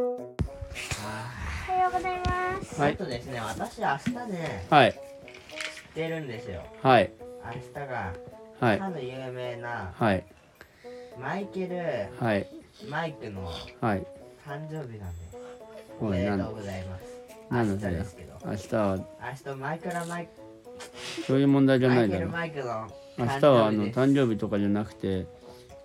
おはようございます。はいあとですね、私明日ね、はい出るんですよ。はい明日が、はいかの有名なはいマイケル・はいマイクのはい誕生日なんです。おおいめでなんとうだございます。な明んだ日それですけど、明日は明日マイクラマイそういう問題じクゃマなイいケだル・ろマイクの誕生明日です日はあの誕生日とかじゃなくて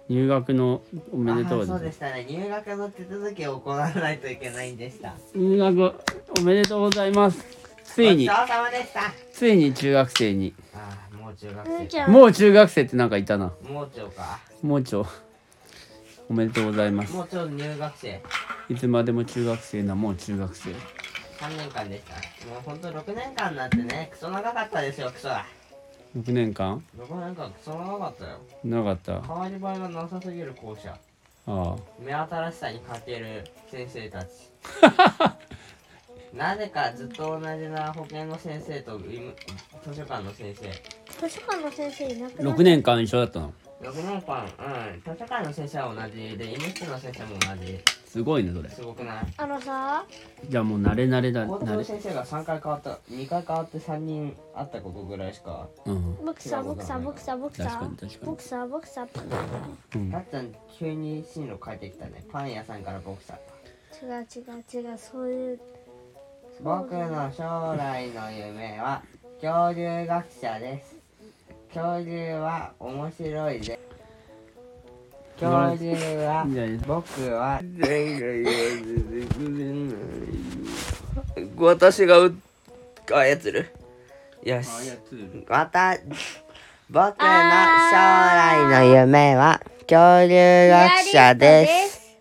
入学のおめでとあうそうでですしたね、入学の手続きを行わないといけないんでした。入学おめでとうございますついにごちそうさまでした。ついに中学生にあーもう中学むー生ちゃん。もう中学生ってなんかいたなもう長か。もうちょいおめでとうございますもう長入学生。いつまでも中学生なもう中学生3年間でした。もうほんと6年間なんてね、クソ長かったですよ、クソだ。 6年間なかなかそのままだったよなかった変わり映えがなさすぎる校舎ああ目新しさに欠ける先生たちなぜかずっと同じな保健の先生といむ図書館の先生図書館の先生いなくなった6。年間一緒だったの6年間うん図書館の先生は同じで医務室の先生も同じすごいねそれすごくないあのさ、じゃあもう慣れ慣れだ校長慣のれ先生が3回変わった2回変わって3人会ったことぐらいしかうんボクサー、ボクサー、ボクサー、ボクサ確かに確かー。にボクサー、ボクサー。うんたっちゃん急に進路変えてきたねパン屋さんからボクサー違う違う違う、そういう。僕の将来の夢は恐竜学者です恐竜は面白いです恐竜はいやいや僕は私がう操るよしまた僕の将来の夢は恐竜学者ですす。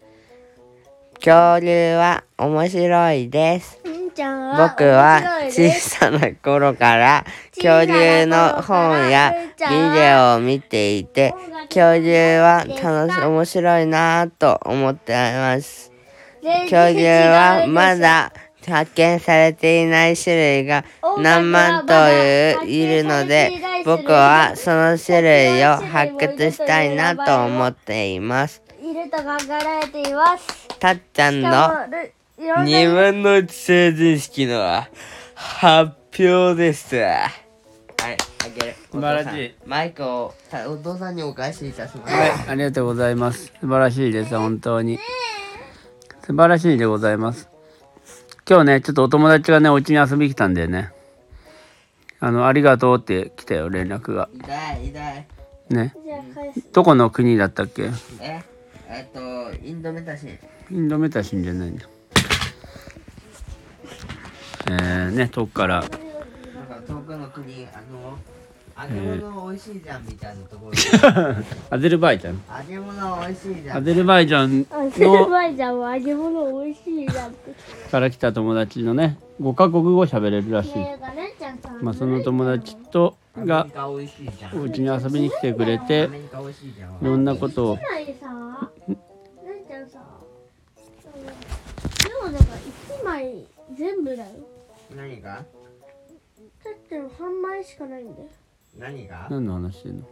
恐竜は面白いですうんちゃんは。僕は面白いで小すさな頃から恐竜の本やビデオを見ていて恐竜は楽し面白いなぁと思っています全恐然違竜うはでしょまだ発見されていない種類が何万といういるので僕はその種類を発掘したいなと思っていますいると考えられています。たっちゃんしのかもるいろん2な分の1成人式の発表ですはいあげる素晴らしいお父さんマイクをたお父さんにお返しいたしますはい、ありがとうございます。素晴らしいです、本当に。素晴らしいでございます。今日ね、ちょっとお友達がね、お家に遊びに来たんだよね。あの、ありがとうって来たよ、連絡が。痛い痛いね。じゃあ返す。どこの国だったっけええっとインドメタシンインドメタシンじゃないんだ。えー、ね、遠くから。 なんか遠くの国あの揚げ物美味しいじゃんみたいなところ、アゼルバイジャン。揚げ物美味しいじゃア んゼルバイジャンあ、セルのバイジャンは揚げ物美味しいなんて。から来た友達のね、5カ国語喋れるらしい。ねえ、ガレンちゃんさん。まあ、その友達と、アがメリ、カ美味しいじゃんお家に遊びに来てくれアて、メリカ美味しいじゃんいろんなことを室内さ、なんちゃんさ、でもなんか一枚全部だよ。何がだって半枚しかないんだよ。何が何の話してんの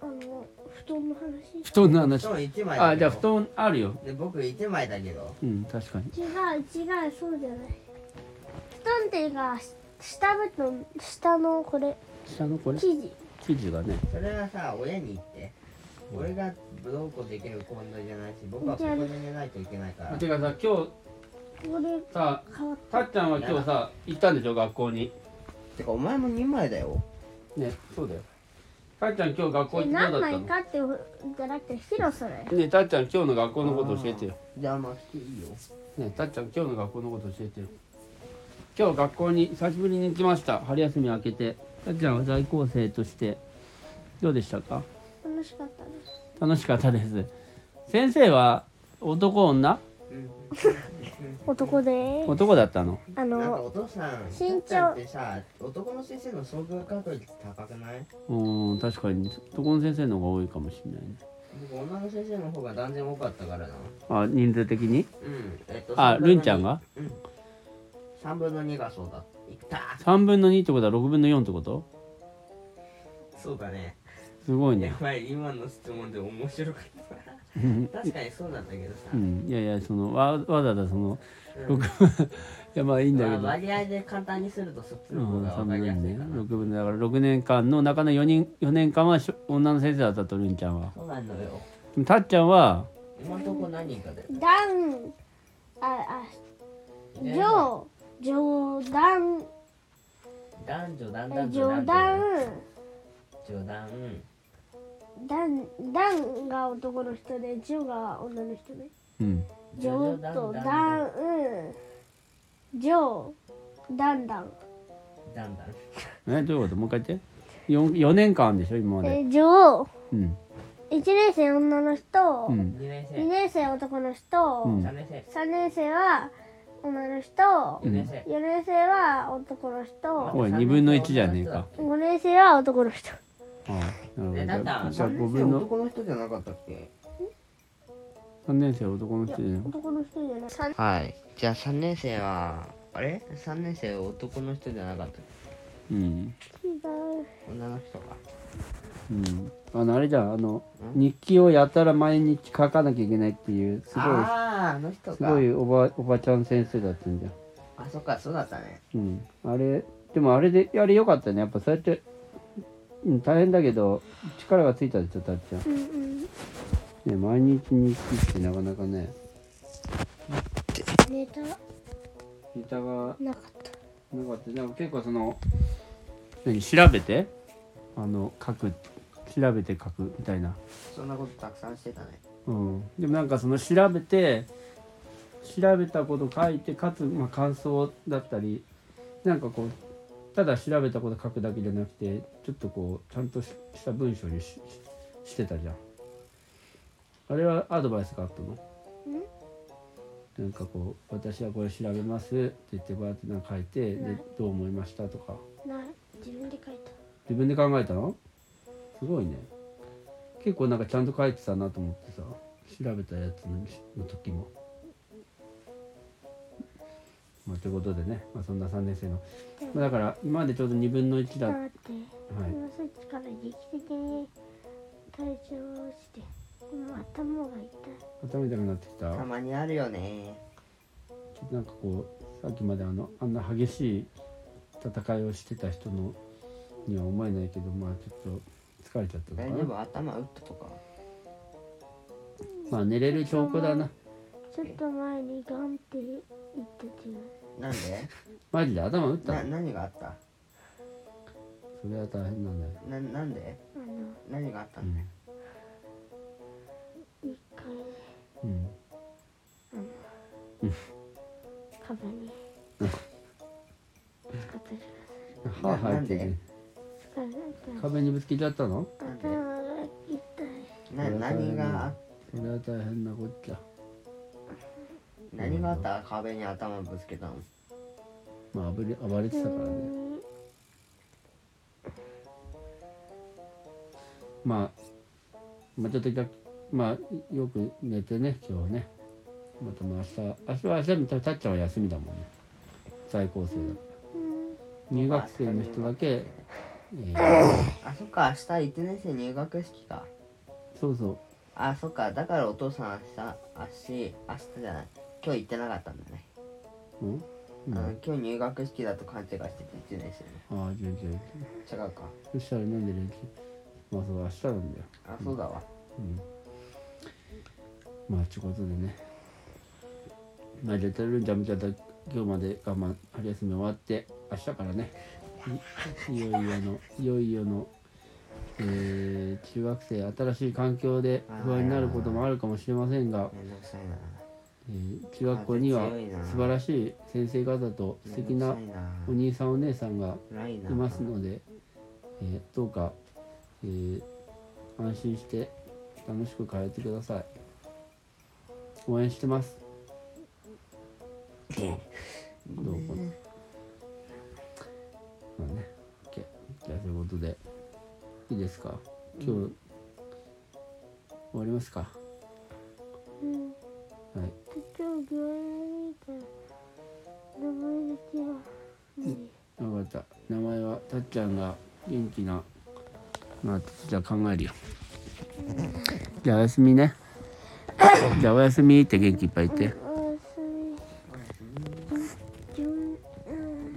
あの布団の話。布団の話布団一枚だけどあじゃあ布団あるよで僕一枚だけどうん確かに違う違うそうじゃない。布団っていうか下布団下のこれ下のこれ生地。生地がねそれはさ親に言って俺がどうこうできる今度じゃないし僕はここで寝ないといけないからてかさ今日これさ変わったっちゃんは今日さ行ったんでしょ学校にてかお前も2枚だよねそうだよたっちゃん今日学校た。行ってどうだ何った枚かってじゃなくて広さだよ。のねたっちゃん今日の学校のこと教えてよじゃあまあ来ていいよねたっちゃん今日の学校のこと教えてよ今日学校に久しぶりに来ました春休み明けてたっちゃんは在校生としてどうでしたか楽しかったです。楽しかったです先生は男女男で男だったのあなんかのお父さん身長ちゃんってさ男の先生の遭遇確率高くないうーん確かに男の先生の方が多いかもしれないね僕女の先生の方が断然多かったからなあ人数的にうんえっとあ3分のルンちゃんが3分の2がそうだいった3分の2ってことは6分の4ってことそうだねすすごいねや。ばい今の質問で面白かった確かにそうなんだけどさ、うん、いやいや、その、わ、わざわざその、うん六いや、まあいいんだけど。まあ割合で簡単にするとそっちうの方ん、が3分分かのりやすいねかな、 6分のだから6年間の中の4人4年間はしょ女の先生だったとるんちゃんはそうなのよでもたっちゃんは今のとこ何人かでダン、あ、あ、ジねョー、ジョーダン、男女だんだんジョーダン、冗談ダン、ダンが男の人で、ジョーが女の人ね。うんジョーとダン、ジョー、ダンダン。だんだんえどういうこともう一回言って 4, 4年間あるんでしょ今までえ、ジョー、うん1年生女の人、う二ん2年2生年生男の人、うん3年生三3年生は女の人、 4年生四4年生は男の人、おい2分の1じゃねえか五5年生は男の人。ああえなるほどだったらじゃあ3 5年生分の男の人じゃなかったっけ3年生は男の人じゃない男の人じゃない。三はいじゃあ3年生はあれ ?3 年生は男の人じゃなかったっうん違う。け女の人かうんあのあれじゃんあのん日記をやたら毎日書かなきゃいけないっていうすごいああーあの人かすごいおばおばちゃん先生だったんじゃんあそっかそうだったねうん、あれでもあれであれ良かったねやっぱそうやって、うん、大変だけど力がついたでしょたっちゃん、うんうん。ね、毎日日記ってなかなかねネタネタがなかった。なかったでも結構その何調べてあの書く調べて書くみたいな、そんなことたくさんしてたねうん、でもなんかその調べて調べたこと書いてかつ、まあ、感想だったりなんかこうただ調べたこと書くだけじゃなくてちょっとこうちゃんとしした文章にしししてたじゃんあれはアドバイスがあったのなんかこう「私はこれ調べます」って言ってバーってなんか書いてなでいどう思いましたとかな、自分で書いた。自分で考えたのすごいね結構なんかちゃんと書いてたなと思ってさ調べたやつのの時も。まあ、ということでね、まあ、そんな3年生の、まあ、だから今までちょうど2分の1だ、はだって、い、今さっきから劇的に体調をして、もう頭が痛い。頭痛くなってきたたまにあるよねちょっとなんかこうさっきまであのあんな激しい戦いをしてた人のには思えないけどまあちょっと疲れちゃった大の丈かな夫頭打ったとかまあ寝れる証拠だなちょっと前にガンって言った違う。 なんでマジで頭打ったなの何があったそれは大変なんだよ、ななんであの、何があったうの、ん一回ね、うん、カバに。使ってる。歯入ってなるんで使ってる。壁にぶつけちゃったの頭が痛い。な何があそれは大変なこっちゃ何があった壁に頭ぶつけたのまあ暴れ暴れてたからうねんまあまあちょっとじゃまあよく寝てね今日ねまたまあ明日明日は明日もたたっちゃんは休みだもんね在校生だから入学生の人だけ、えーあそっか明日1年生入学式か そうそうあそっかだからお父さん明日明日明日じゃない今日行ってなかったんだね、うん、う、うんあん、今日入学式だと勘違いしてて1年あ全然生ね違うかそしたらなんで連休まあそう明日なんだよあそうだわうん、まあちゅうことでねまあじゃあとりあえずじゃあみちゃんと今日まで我慢春休み終わって明日からねい いよいよのいよいよの、えー中学生新しい環境で不安になることもあるかもしれませんが、めんどくさいなえー中学校には素晴らしい先生方と素敵なめんどくさお兄さんお姉さんがいな辛いないますので、えーどうか、えー安心して楽しく通ってください応援してますどうどうこまあね OK じゃあということでいいですか今日、終わりますかうん。はい今日病院に行ったら、名前だけは無理。分かった名前はたっちゃんが元気なまあ、じゃあ考えるよ。じゃあおやすみね。じゃあおやすみって元気いっぱい言って。おやすみじゅんうん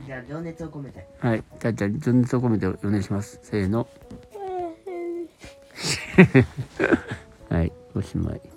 じゃあ情熱を込めてはい。じゃあ、じゃあ、情熱を込めてお願いします。せーの。嗯おやすみはい。おしまい。